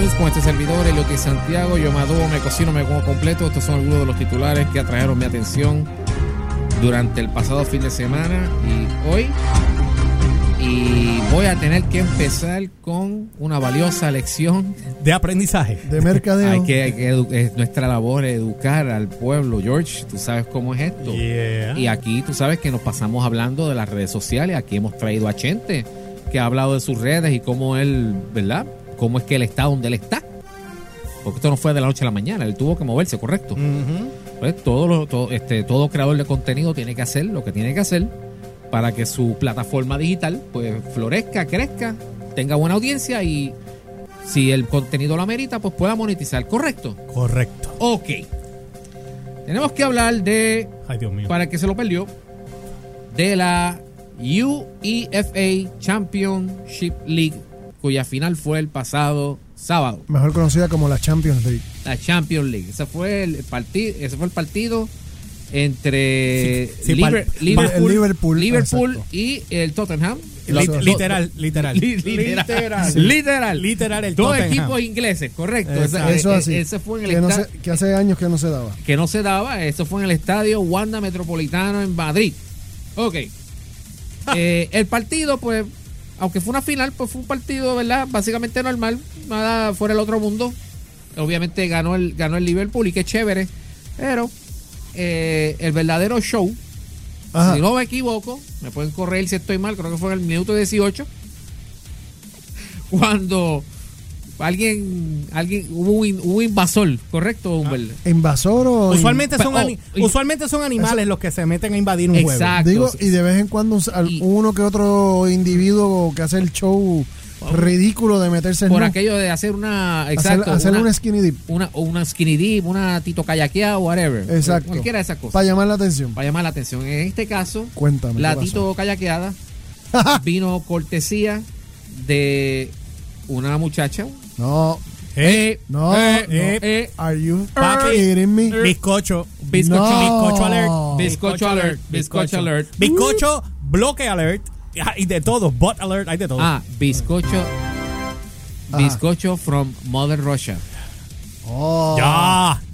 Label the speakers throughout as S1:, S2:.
S1: News con este servidor, Eliotis Santiago. Yo maduro, me cocino, me como completo. Estos son algunos de los titulares que atrajeron mi atención durante el pasado fin de semana y hoy. Y voy a tener que empezar con una valiosa lección.
S2: De aprendizaje.
S3: De mercadeo.
S1: Hay que, hay que edu- es nuestra labor es educar al pueblo, George. Tú sabes cómo es esto.
S2: Yeah.
S1: Y aquí tú sabes que nos pasamos hablando de las redes sociales. Aquí hemos traído a Chente, que ha hablado de sus redes y cómo él, ¿verdad? Cómo es que él está donde él está. Porque esto no fue de la noche a la mañana, él tuvo que moverse, correcto.
S2: Mm. Ujú.
S1: Pues todo, lo- todo- este, todo creador de contenido tiene que hacer lo que tiene que hacer para que su plataforma digital pues florezca, crezca, tenga buena audiencia y si el contenido lo amerita, pues pueda monetizar, correcto.
S2: Correcto.
S1: Ok. Tenemos que hablar de
S2: Ay, Dios mío.
S1: para el que se lo perdió, de la UEFA Championship League, cuya final fue el pasado sábado.
S3: Mejor conocida como la Champions League.
S1: La Champions League. Ese fue el, parti- ese fue el partido entre
S2: Sí, sí,
S1: Liber-
S2: pal-
S1: Liverpool,
S3: el Liverpool,
S1: Liverpool
S3: exacto.
S1: y el Tottenham.
S2: Li-
S1: Los-
S2: literal, literal.
S1: Li- literal.
S3: Literal.
S1: Sí. Literal.
S2: Literal el
S1: Dos
S2: Tottenham.
S1: equipos ingleses, correcto.
S2: Exacto.
S1: Ese-
S3: Eso
S1: e-
S3: así.
S1: ese fue en el
S3: que, no
S1: esta-
S3: se- que hace años que no se daba.
S1: que no se daba. Esto fue en el estadio Wanda Metropolitano en Madrid. Ok. Eh, el partido, pues, aunque fue una final, pues fue un partido, ¿verdad? Básicamente normal, nada fuera del otro mundo. Obviamente ganó el, ganó el Liverpool y qué chévere. Pero eh, el verdadero show,
S3: Ajá.
S1: si no me equivoco, me pueden correr si estoy mal, creo que fue en el minuto 18, cuando alguien, alguien hubo un, in- hubo un invasor, ¿correcto, Humbert?
S3: Invasor o.
S2: Usualmente son,
S1: Pa- oh,
S2: ani-
S1: y-
S2: usualmente son animales los que se meten a invadir un
S1: Exacto.
S3: Digo, y de vez en cuando un- al-
S1: Y-
S3: uno que otro individuo que hace el show ridículo de meterse en
S1: por
S3: nu.
S1: aquello de hacer una
S3: Hacer-
S1: exacto
S3: hacer
S1: una,
S3: un skinny dip
S1: una, o una skinny dip una tito kayakeada whatever
S3: Exacto.
S1: cualquiera de esas cosas
S3: para llamar la atención.
S1: para llamar la atención en este caso
S3: Cuéntame,
S1: la
S3: ¿qué pasó?
S1: tito kayakeada vino cortesía de una muchacha
S3: No,
S2: Eh,
S3: no.
S1: eh,
S2: eh,
S1: eh,
S3: Are you
S2: Papi.
S3: kidding me?
S2: Eh, bizcocho.
S1: Bizcocho.
S3: No.
S2: Bizcocho alert.
S3: Bizcocho
S1: alert, bizcocho alert.
S2: Bizcocho bloque alert. Ah, Y de todo. Bot alert. Hay de
S3: Oh.
S2: todo.
S1: ah bizcocho
S3: Ajá.
S1: bizcocho from mother Russia
S3: Oh.
S2: Ya.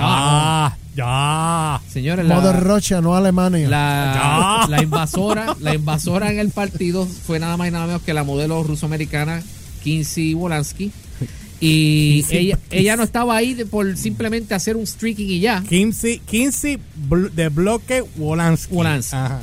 S1: Ah.
S2: Ya. Ya.
S1: señores la-
S3: Mother Rocha, no Alemania.
S1: La,
S2: Ya.
S1: la invasora, la invasora en el partido fue nada más y nada menos que la modelo rusoamericana Kinsey Wolanski. Y
S2: Kinsey
S1: ella,
S2: Wolanski.
S1: ella no estaba ahí de- por simplemente hacer un streaking y ya.
S2: 15, 15 bl- de bloque Wolanski.
S1: Wolanski.
S2: Ajá.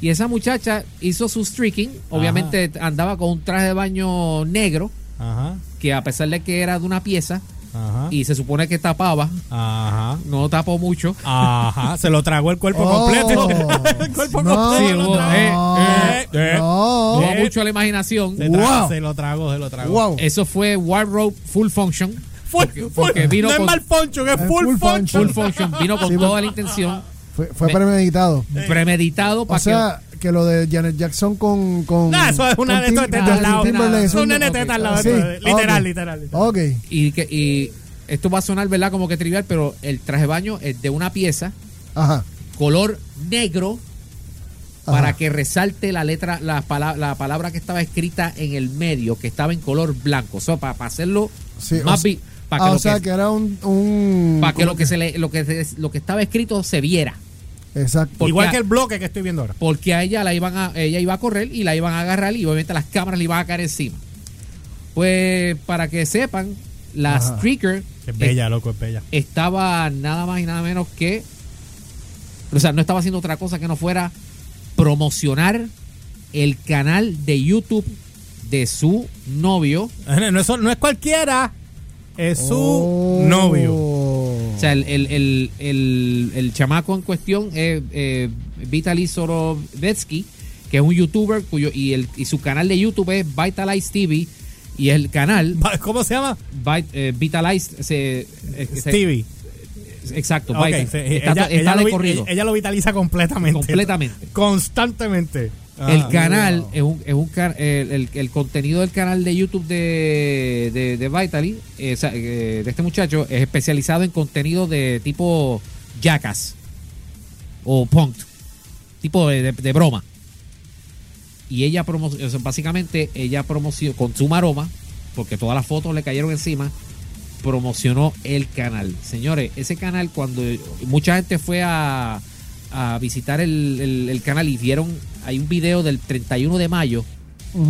S1: Y esa muchacha hizo su streaking. Obviamente andaba con un traje de baño negro,
S2: Ajá.
S1: que a pesar de que era de una pieza
S2: Ajá.
S1: y se supone que tapaba,
S2: Ajá.
S1: no tapó mucho.
S2: Ajá, se lo tragó el cuerpo
S3: Oh.
S2: completo. el cuerpo
S3: No,
S2: completo.
S1: no,
S2: lo tragó.
S1: eh,
S2: Eh, eh.
S3: no.
S1: No
S2: Eh.
S1: mucho a la imaginación.
S2: Se, tra-
S3: Wow.
S2: se lo tragó, se lo tragó.
S3: Wow.
S1: Eso fue Wardrobe Full Function.
S2: Full-
S1: Porque-
S2: full-
S1: porque vino
S2: no
S1: con-
S2: es mal function, es
S3: Es
S2: full, function.
S3: full function.
S1: Full Function vino con
S3: Sí,
S1: toda
S3: pues.
S1: la intención,
S3: Fue, fue
S1: Me-
S3: premeditado.
S1: premeditado para
S3: O sea, que lo de Janet Jackson con. con
S2: Nah, eso es una
S3: con
S2: de estas
S3: Tim-
S1: este
S2: tetas
S3: con
S2: al lado.
S3: Tim Timberlake.
S2: Es una
S1: Ok,
S2: de tetas al lado.
S3: Sí,
S2: Literal,
S3: ok.
S2: literal. literal.
S3: Ok.
S1: que y que y esto va a sonar, ¿verdad? Como que trivial, pero el traje de baño es de una pieza
S3: Ajá.
S1: color negro
S3: Ajá.
S1: para que resalte la letra, la, pala- la palabra que estaba escrita en el medio, que estaba en color blanco. O sea, para, hacerlo
S3: Sí, o
S1: más
S3: sea-
S1: vi- para que,
S3: Ah,
S1: lo
S3: o sea,
S1: que-
S3: que, era un. un
S1: para que lo que se le, lo que se- lo que estaba escrito se viera.
S3: Exacto.
S1: Por-
S2: Igual
S1: porque-
S2: que el bloque que estoy viendo ahora.
S1: porque a ella la iban a, ella iba a correr y la iban a agarrar y obviamente las cámaras le iban a caer encima. Pues para que sepan, la
S3: Ajá.
S1: streaker
S2: Es bella, loco, es bella.
S1: es- estaba nada más y nada menos que o sea, no estaba haciendo otra cosa que no fuera promocionar el canal de YouTube de su novio.
S2: No es, no es cualquiera, es su
S3: Oh.
S2: novio.
S1: O sea, el, el, el, el- el chamaco en cuestión es eh, Vitaly Sorovetsky, que es un youtuber cuyo y, el, y su canal de YouTube es Vitalize TV. Y el canal
S2: Va- ¿Cómo se llama?
S1: Vit- eh, Vitalize se, eh, se-
S2: Stevie.
S1: exacto,
S2: Ok,
S1: Vital.
S2: sí,
S1: está,
S2: ella,
S1: está
S2: ella
S1: de
S2: lo, vi-
S1: corrido.
S2: ella lo vitaliza completamente.
S1: Completamente.
S2: Constantemente. Ah,
S1: el
S2: Ajá.
S1: canal es un, es un can- el, el- el contenido del canal de YouTube de, de, de Vitaly, eh, o sea, eh, de este muchacho, es especializado en contenido de tipo jackass o punk, tipo de, de- de broma. Y ella promocionó, básicamente ella promocionó con su maroma, porque todas las fotos le cayeron encima, promocionó el canal. Señores, ese canal cuando mucha gente fue a, a visitar el, el- el canal y vieron, hay un video del 31 de mayo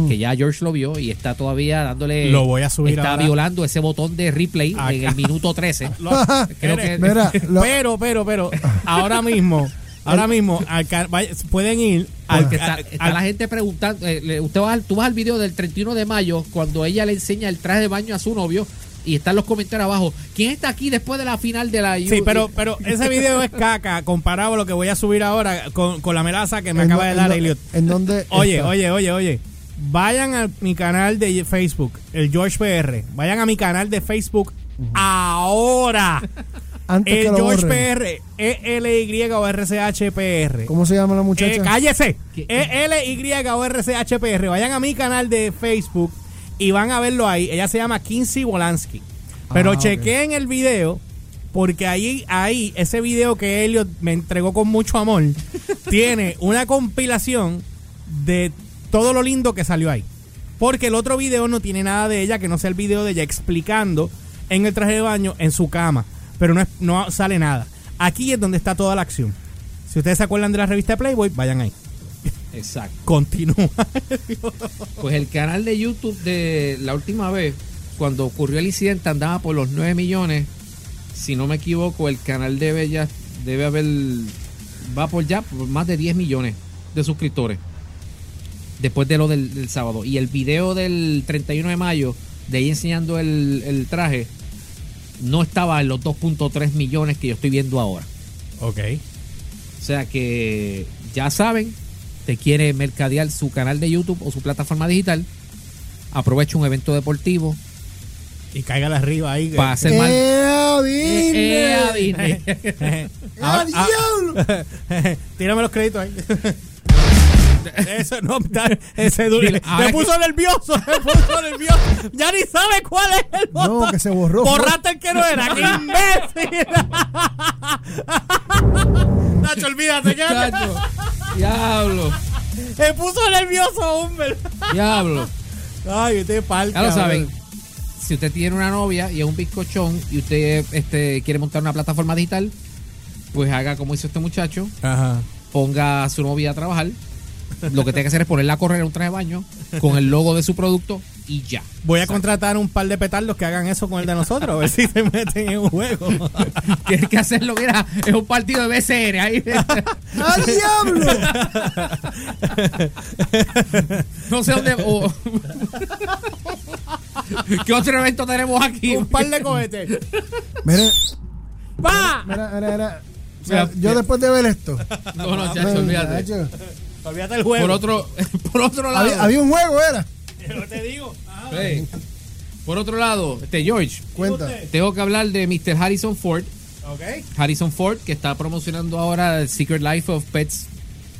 S1: que ya George lo vio y está todavía dándole...
S2: Mm. Lo voy a subir
S1: Está
S2: ahora.
S1: violando ese botón de replay
S2: Acá.
S1: en el minuto 13. Creo que-
S3: Mira, lo-
S2: Pero, pero, pero, ahora mismo, ahora mismo, al ca- vaya- pueden ir al,
S1: Porque está,
S2: al-
S1: está
S2: al-
S1: la gente preguntando. eh, le- usted va, al- tú vas al video del 31 de mayo cuando ella le enseña el traje de baño a su novio y están los comentarios abajo. ¿Quién está aquí después de la final de la
S2: Sí, pero, pero ese video es caca comparado a lo que voy a subir ahora con, con la melaza que me
S3: en
S2: acaba
S3: do-
S2: de
S3: en
S2: dar
S3: do-
S2: Elliot.
S3: ¿En dónde?
S2: Oye,
S3: está?
S2: oye, oye, oye. Vayan a mi canal de Facebook, el George PR. Vayan a mi canal de Facebook ahora.
S3: Antes que
S2: el
S3: lo
S2: George
S3: borren.
S2: PR, E-L-Y o R-C-H-P-R.
S3: ¿Cómo se llama la muchacha?
S2: Eh, cállese.
S1: ¿Qué?
S2: E E-L-Y-O-R-C-H-P-R. Vayan a mi canal de Facebook y van a verlo ahí. Ella se llama Kinsey Wolanski. Pero
S3: Ah, ok.
S2: chequeen el video porque ahí, ahí, ese video que Elliot me entregó con mucho amor, tiene una compilación de todo lo lindo que salió ahí. Porque el otro video no tiene nada de ella que no sea el video de ella explicando en el traje de baño, en su cama. Pero no, es- no sale nada. Aquí es donde está toda la acción. Si ustedes se acuerdan de la revista Playboy, vayan ahí.
S1: Exacto.
S2: Continúa.
S1: Pues el canal de YouTube de la última vez, cuando ocurrió el incidente, andaba por los 9 millones. Si no me equivoco, el canal debe ya, debe haber, va por ya por más de 10 millones de suscriptores. Después de lo del, del sábado. Y el video del 31 de mayo, de ahí enseñando el, el traje, no estaba en los 2.3 millones que yo estoy viendo ahora.
S2: ok.
S1: O sea que ya saben, te quiere mercadear su canal de YouTube o su plataforma digital. Aprovecha un evento deportivo
S2: Y cáigale arriba ahí.
S1: para hacer mal.
S3: Eh. ¡Ea, Disney!
S1: Eh, a Disney.
S2: Ah,
S3: ¡Ah,
S2: ah.
S3: diablo!
S2: Tírame los créditos ahí. Eso no, da- ese duro.
S1: Dile, ahora
S2: Me
S1: que-
S2: puso nervioso, me puso nervioso. Ya ni sabe cuál es el
S3: No,
S2: botón.
S3: que se borró.
S2: Borraste el que no era, qué imbécil. Nacho, olvídate, que
S1: Chacho, diablo,
S2: me puso nervioso, hombre.
S1: diablo.
S2: Ay, este usted parte.
S1: Ya lo saben. Si usted tiene una novia y es un bizcochón y usted este, quiere montar una plataforma digital, pues haga como hizo este muchacho,
S2: Ajá.
S1: ponga a su novia a trabajar. Lo que tiene que hacer es ponerla a correr en un traje de baño con el logo de su producto y ya.
S2: Voy a contratar un par de petardos que hagan eso con el de nosotros, a ver si se meten en un juego.
S1: Tienes que hacerlo, mira, es un partido de BCN. Ahí,
S3: ¡Ah, diablo!
S1: no sé dónde. o- ¿Qué otro evento tenemos aquí?
S2: un par de cohetes.
S3: Mira,
S2: ¡Va!
S3: mira, mira, mira. O sea,
S1: Mira,
S3: yo después de ver esto.
S1: No, no, chacho, olvídate.
S3: Nacho,
S2: Olvídate el juego.
S1: Por otro, por otro lado,
S3: había, había un juego, era.
S2: Yo te digo. Ah,
S1: Sí. por otro lado, este George,
S3: Cuenta.
S1: tengo que hablar de Mr. Harrison Ford.
S2: ok.
S1: Harrison Ford, que está promocionando ahora el Secret Life of Pets.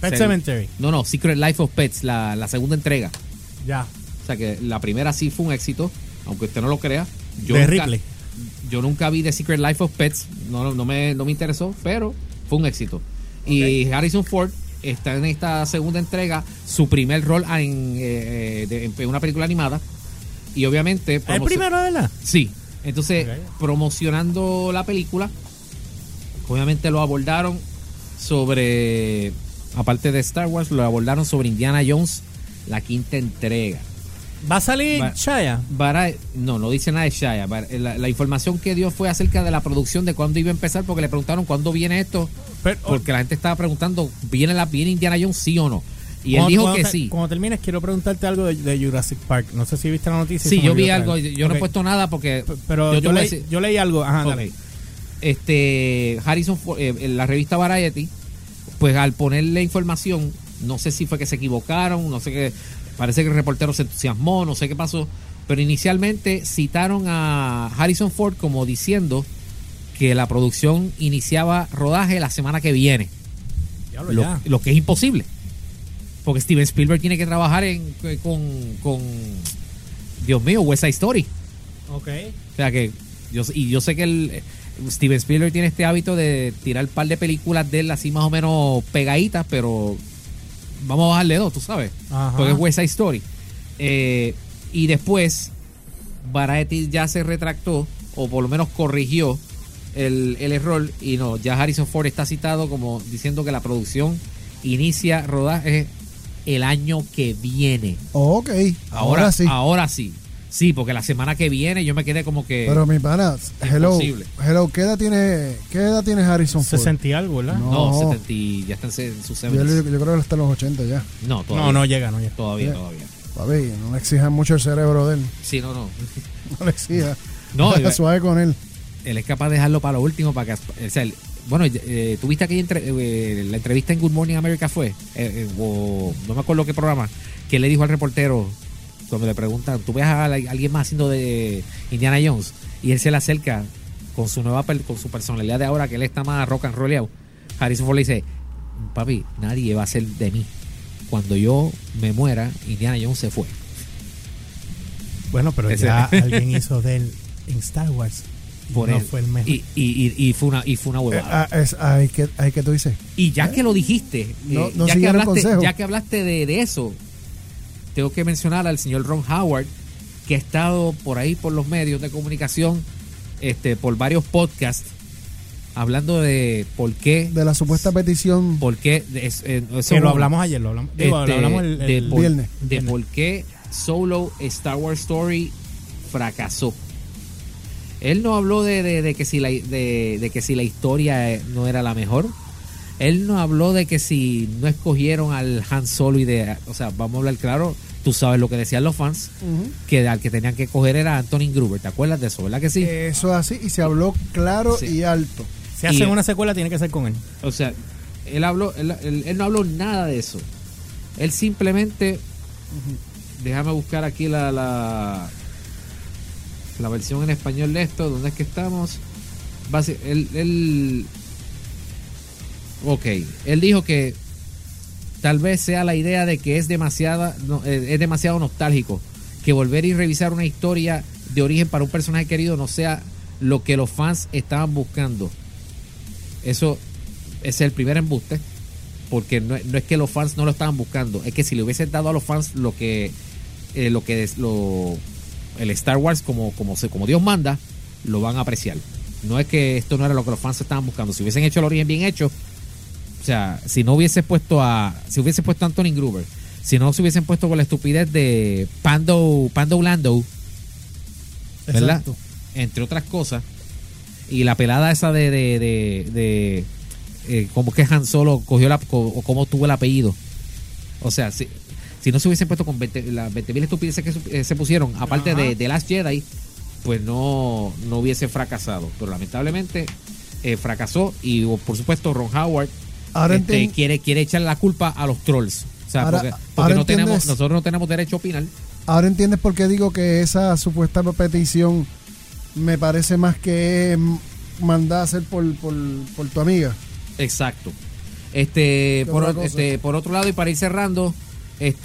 S2: Pet
S1: Se-
S2: Cemetery.
S1: No, no, Secret Life of Pets, la, la segunda entrega.
S2: Ya.
S1: O sea que la primera sí fue un éxito, aunque usted no lo crea.
S2: De
S1: nunca-
S2: Ripley.
S1: Yo nunca vi The Secret Life of Pets, no, no, no me, no me interesó, pero fue un éxito. Y Harrison Ford está en esta segunda entrega, su primer rol en, eh, de- en una película animada. Y obviamente...
S2: El
S1: promocio-
S2: primero, ¿verdad?
S1: Sí. Entonces,
S2: Ok.
S1: promocionando la película, obviamente lo abordaron sobre, aparte de Star Wars, lo abordaron sobre Indiana Jones, la quinta entrega.
S2: Va a salir
S1: Va-
S2: Chaya.
S1: Vara- no, no dice nada de Shia. Vara- La, la información que dio fue acerca de la producción, de cuándo iba a empezar, porque le preguntaron cuándo viene esto,
S2: Pero-
S1: porque la gente estaba preguntando, ¿viene, la, viene Indiana Jones sí o no? Y él dijo que
S2: te-
S1: sí.
S2: Cuando termines, quiero preguntarte algo de, de Jurassic Park. No sé si viste la noticia. y
S1: Sí,
S2: se me
S1: yo
S2: olvidó
S1: vi algo, yo
S2: traer.
S1: no he
S2: Ok.
S1: puesto nada porque...
S2: P- Pero yo,
S1: te voy a
S2: leí,
S1: decir-
S2: yo leí algo. Ajá,
S1: Ok.
S2: dale.
S1: Este, Harrison, Fo- eh, en la revista Variety, pues al ponerle información, no sé si fue que se equivocaron, no sé qué, parece que el reportero se entusiasmó, no sé qué pasó, pero inicialmente citaron a Harrison Ford como diciendo que la producción iniciaba rodaje la semana que viene,
S2: Diablo,
S1: lo,
S2: ya.
S1: lo que es imposible, porque Steven Spielberg tiene que trabajar en, con, con, Dios mío, West Side Story.
S2: Ok.
S1: O sea que yo y yo sé que el Steven Spielberg tiene este hábito de tirar un par de películas de él así más o menos pegaditas, pero vamos a bajarle dos, tú sabes.
S2: Ajá.
S1: Porque es West Side Story. Eh, y después, Variety ya se retractó o por lo menos corrigió el, el error. Y no, ya Harrison Ford está citado como diciendo que la producción inicia rodaje el año que viene.
S3: Ok, ahora,
S1: Ahora, ah,
S3: sí.
S1: Ahora sí. Sí, porque la semana que viene yo me quedé como que.
S3: Pero mi pana, hello,
S1: Imposible.
S3: hello, ¿qué edad tiene, qué edad tiene Harrison Ford?
S2: 60 y algo, ¿verdad?
S3: No.
S1: no, 70 y- ya están en sus
S3: Yo,
S1: 70s.
S3: yo creo que hasta los 80 ya.
S1: No, todavía.
S2: No, no llega, no llega.
S1: Todavía, todavía.
S3: Papi, no le exijan mucho el cerebro de él.
S1: Sí, no, no.
S3: No le exija.
S1: No,
S3: Vaya suave con él.
S1: Él es capaz de dejarlo para lo último. para que, o sea, él- Bueno, eh, tuviste aquella entre- eh, la entrevista en Good Morning America fue, eh, eh, o no me acuerdo qué programa, que él le dijo al reportero, cuando le preguntan, ¿tú ves a la- alguien más haciendo de Indiana Jones? Y él se le acerca con su nueva per- con su personalidad de ahora, que él está más rock and rollado. Harrison Ford le dice, papi, nadie va a ser de mí. Cuando yo me muera, Indiana Jones se fue.
S2: Bueno, pero
S1: Ese-
S2: ya alguien hizo de él en Star Wars. y
S1: Por
S2: no
S1: él.
S2: fue el mejor.
S1: Y, y- y- y fue una, y fue una
S3: Eh,
S1: huevada.
S3: ah, es- ahí que, ahí que tú dices.
S1: Y ya que lo dijiste,
S3: No-
S1: eh,
S3: no
S1: ya, que
S3: siguieron
S1: hablaste,
S3: consejo.
S1: ya que hablaste de, de eso, tengo que mencionar al señor Ron Howard, que ha estado por ahí por los medios de comunicación, este, por varios podcasts, hablando de por qué,
S3: De la supuesta petición.
S1: por qué, de- es- eh, eso
S2: que lo
S1: es-
S2: hablamos ayer, lo hablamos.
S1: este,
S2: Digo, lo hablamos el,
S1: de,
S2: el-
S1: por,
S3: viernes.
S1: de por qué Solo Star Wars Story fracasó. Él no habló de, de- de que, si la, de, de que si la historia eh, no era la mejor. Él no habló de que si no escogieron al Han Solo y de... O sea, vamos a hablar claro. Tú sabes lo que decían los fans.
S3: Ujú.
S1: Que al que tenían que coger era Anthony Gruber. ¿Te acuerdas de eso? ¿Verdad
S2: Eh,
S1: que sí?
S3: Eso es así. Y se habló claro
S1: Sí.
S3: y alto.
S2: Si hacen
S1: y-
S2: una secuela, tiene que ser con él.
S1: O sea, él habló, él, él- él no habló nada de eso. Él simplemente, déjame buscar aquí la, la la versión en español de esto, ¿dónde es que estamos? Basi- él, él, ok, él dijo que tal vez sea la idea de que es demasiada, no, eh, es demasiado nostálgico, que volver y revisar una historia de origen para un personaje querido no sea lo que los fans estaban buscando. Eso es el primer embuste. Porque no, es- no es que los fans no lo estaban buscando. Es que si le hubiesen dado a los fans lo que. eh, lo que es lo, el Star Wars como, como, se- como Dios manda, lo van a apreciar. No es que esto no era lo que los fans estaban buscando. Si hubiesen hecho el origen bien hecho, o sea, si no hubiese puesto a. Si hubiese puesto a Anthony Gruber, si no se hubiesen puesto con la estupidez de Pando, Pando Lando, ¿verdad?
S2: Exacto.
S1: Entre otras cosas. Y la pelada esa de. de, de, de, eh, como que Han Solo cogió la. co- o cómo tuvo el apellido. O sea, si, si no se hubiesen puesto con 20 las 20.000 estupideces que su- eh, se pusieron, aparte
S2: Ajá.
S1: de, de Last Jedi, pues no, no hubiese fracasado. Pero lamentablemente eh, fracasó y o, por supuesto Ron Howard
S3: Ahora
S1: este,
S3: enten-
S1: quiere, quiere echar la culpa a los trolls. O sea,
S3: Ahora-
S1: porque,
S3: ahora
S1: porque no
S3: entiendes-
S1: tenemos, nosotros no tenemos derecho a opinar.
S3: Ahora entiendes por qué digo que esa supuesta petición me parece más que es mandada a hacer por, por, por tu amiga.
S1: Exacto. Este,
S3: ¿Qué
S1: por,
S3: otra
S1: o-
S3: cosa?
S1: este, por otro lado, y para ir cerrando,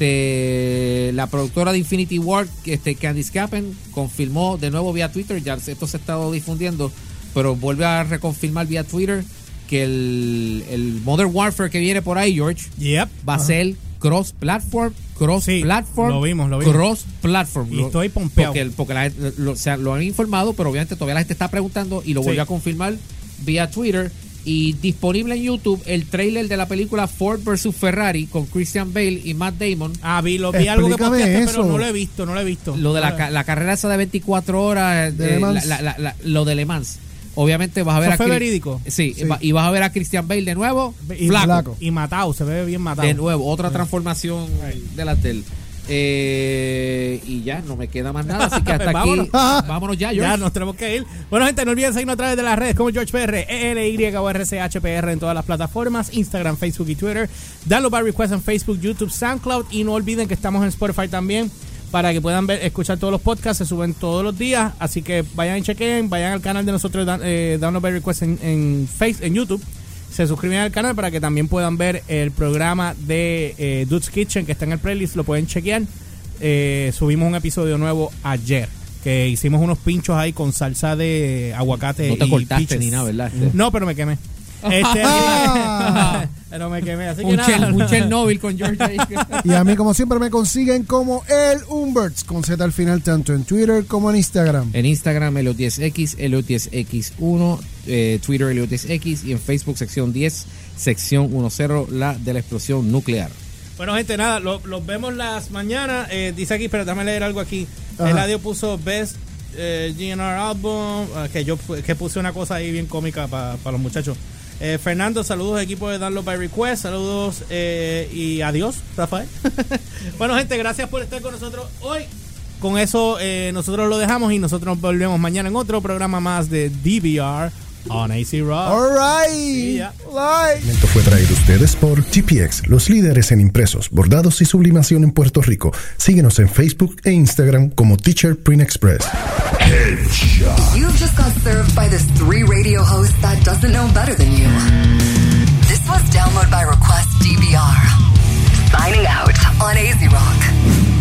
S1: este, la productora de Infinity War, este, Candice Capen, confirmó de nuevo vía Twitter, ya esto se ha estado difundiendo, pero vuelve a reconfirmar vía Twitter que el, el Modern Warfare que viene por ahí, George,
S2: Yep.
S1: va a ser cross-platform, cross-platform,
S2: Sí, lo vimos, lo vimos.
S1: cross-platform.
S2: Y
S1: Lo-
S2: estoy pompeado.
S1: Porque, el- porque la gente- lo, o sea, lo han informado, pero obviamente todavía la gente está preguntando y lo
S2: Sí.
S1: volvió a confirmar vía Twitter. Y disponible en YouTube el trailer de la película Ford vs. Ferrari con Christian Bale y Matt Damon.
S2: Ah, vi, lo vi algo que
S3: Explícame
S2: posteaste, pero
S3: eso.
S2: no lo he visto, no lo he visto.
S1: Lo de la,
S2: cara
S1: ca- la carrera esa de 24 horas,
S3: De
S1: eh,
S3: Le
S1: la-
S3: Mans.
S1: la- la- la- lo de Le Mans. Obviamente vas a ver
S2: Eso fue
S1: Cri-
S2: verídico.
S1: Sí,
S3: Sí.
S1: va- y vas a ver a Christian Bale de nuevo,
S2: Y
S1: flaco.
S3: flaco.
S2: Y matado, se ve bien matado.
S1: De nuevo, otra transformación de la tele. Eh, y ya, no me queda más nada, así que hasta aquí.
S2: Vámonos.
S1: Vámonos ya, George.
S2: Ya nos tenemos que ir. Bueno, gente, no olviden seguirnos a través de las redes como George PR, ELY o RCHPR en todas las plataformas, Instagram, Facebook y Twitter. Download by request en Facebook, YouTube, SoundCloud y no olviden que estamos en Spotify también para que puedan ver, escuchar todos los podcasts, se suben todos los días, así que vayan y chequen, vayan al canal de nosotros Dan- eh, Download by Request en, en Face, en YouTube. Se suscriben al canal para que también puedan ver el programa de eh, Dude's Kitchen que está en el playlist, lo pueden chequear. Eh, subimos un episodio nuevo ayer que hicimos unos pinchos ahí con salsa de aguacate.
S1: No te
S2: y
S1: cortaste
S2: peaches.
S1: ni nada, ¿verdad?
S2: No, pero me quemé. Este, Pero me quemé, así que
S1: Un, Chel-
S2: nada.
S1: un Chernobyl con George ahí.
S3: Y a mí, como siempre, me consiguen como el Umberts, con Z al final, tanto en Twitter como en Instagram.
S1: En Instagram, Elliot10X, Elliot10X1, eh, Twitter, Elliot10X y en Facebook, sección 10, sección 10, la de la explosión nuclear.
S2: Bueno, gente, nada, lo- los vemos las mañanas. Eh, dice aquí, pero déjame leer algo aquí.
S3: Ajá.
S2: Eladio puso Best eh, GNR Album, ah, que yo pu- que puse una cosa ahí bien cómica para los muchachos. Eh, Fernando, saludos equipo de Darlo by Request, saludos eh, y adiós, Rafael. bueno, gente, gracias por estar con nosotros hoy. Con eso eh, nosotros lo dejamos y nosotros nos volvemos mañana en otro programa más de DVR on AC Rock.
S3: All
S2: Sí,
S3: right.
S2: ya.
S3: Like.
S4: Esto fue traído a ustedes por GPX, los líderes en impresos, bordados y sublimación en Puerto Rico. Síguenos en Facebook e Instagram como Teacher Print Express.
S5: You've just got served by this three radio host that doesn't know better than you. This was Download by Request DBR. Signing out on AZ Rock.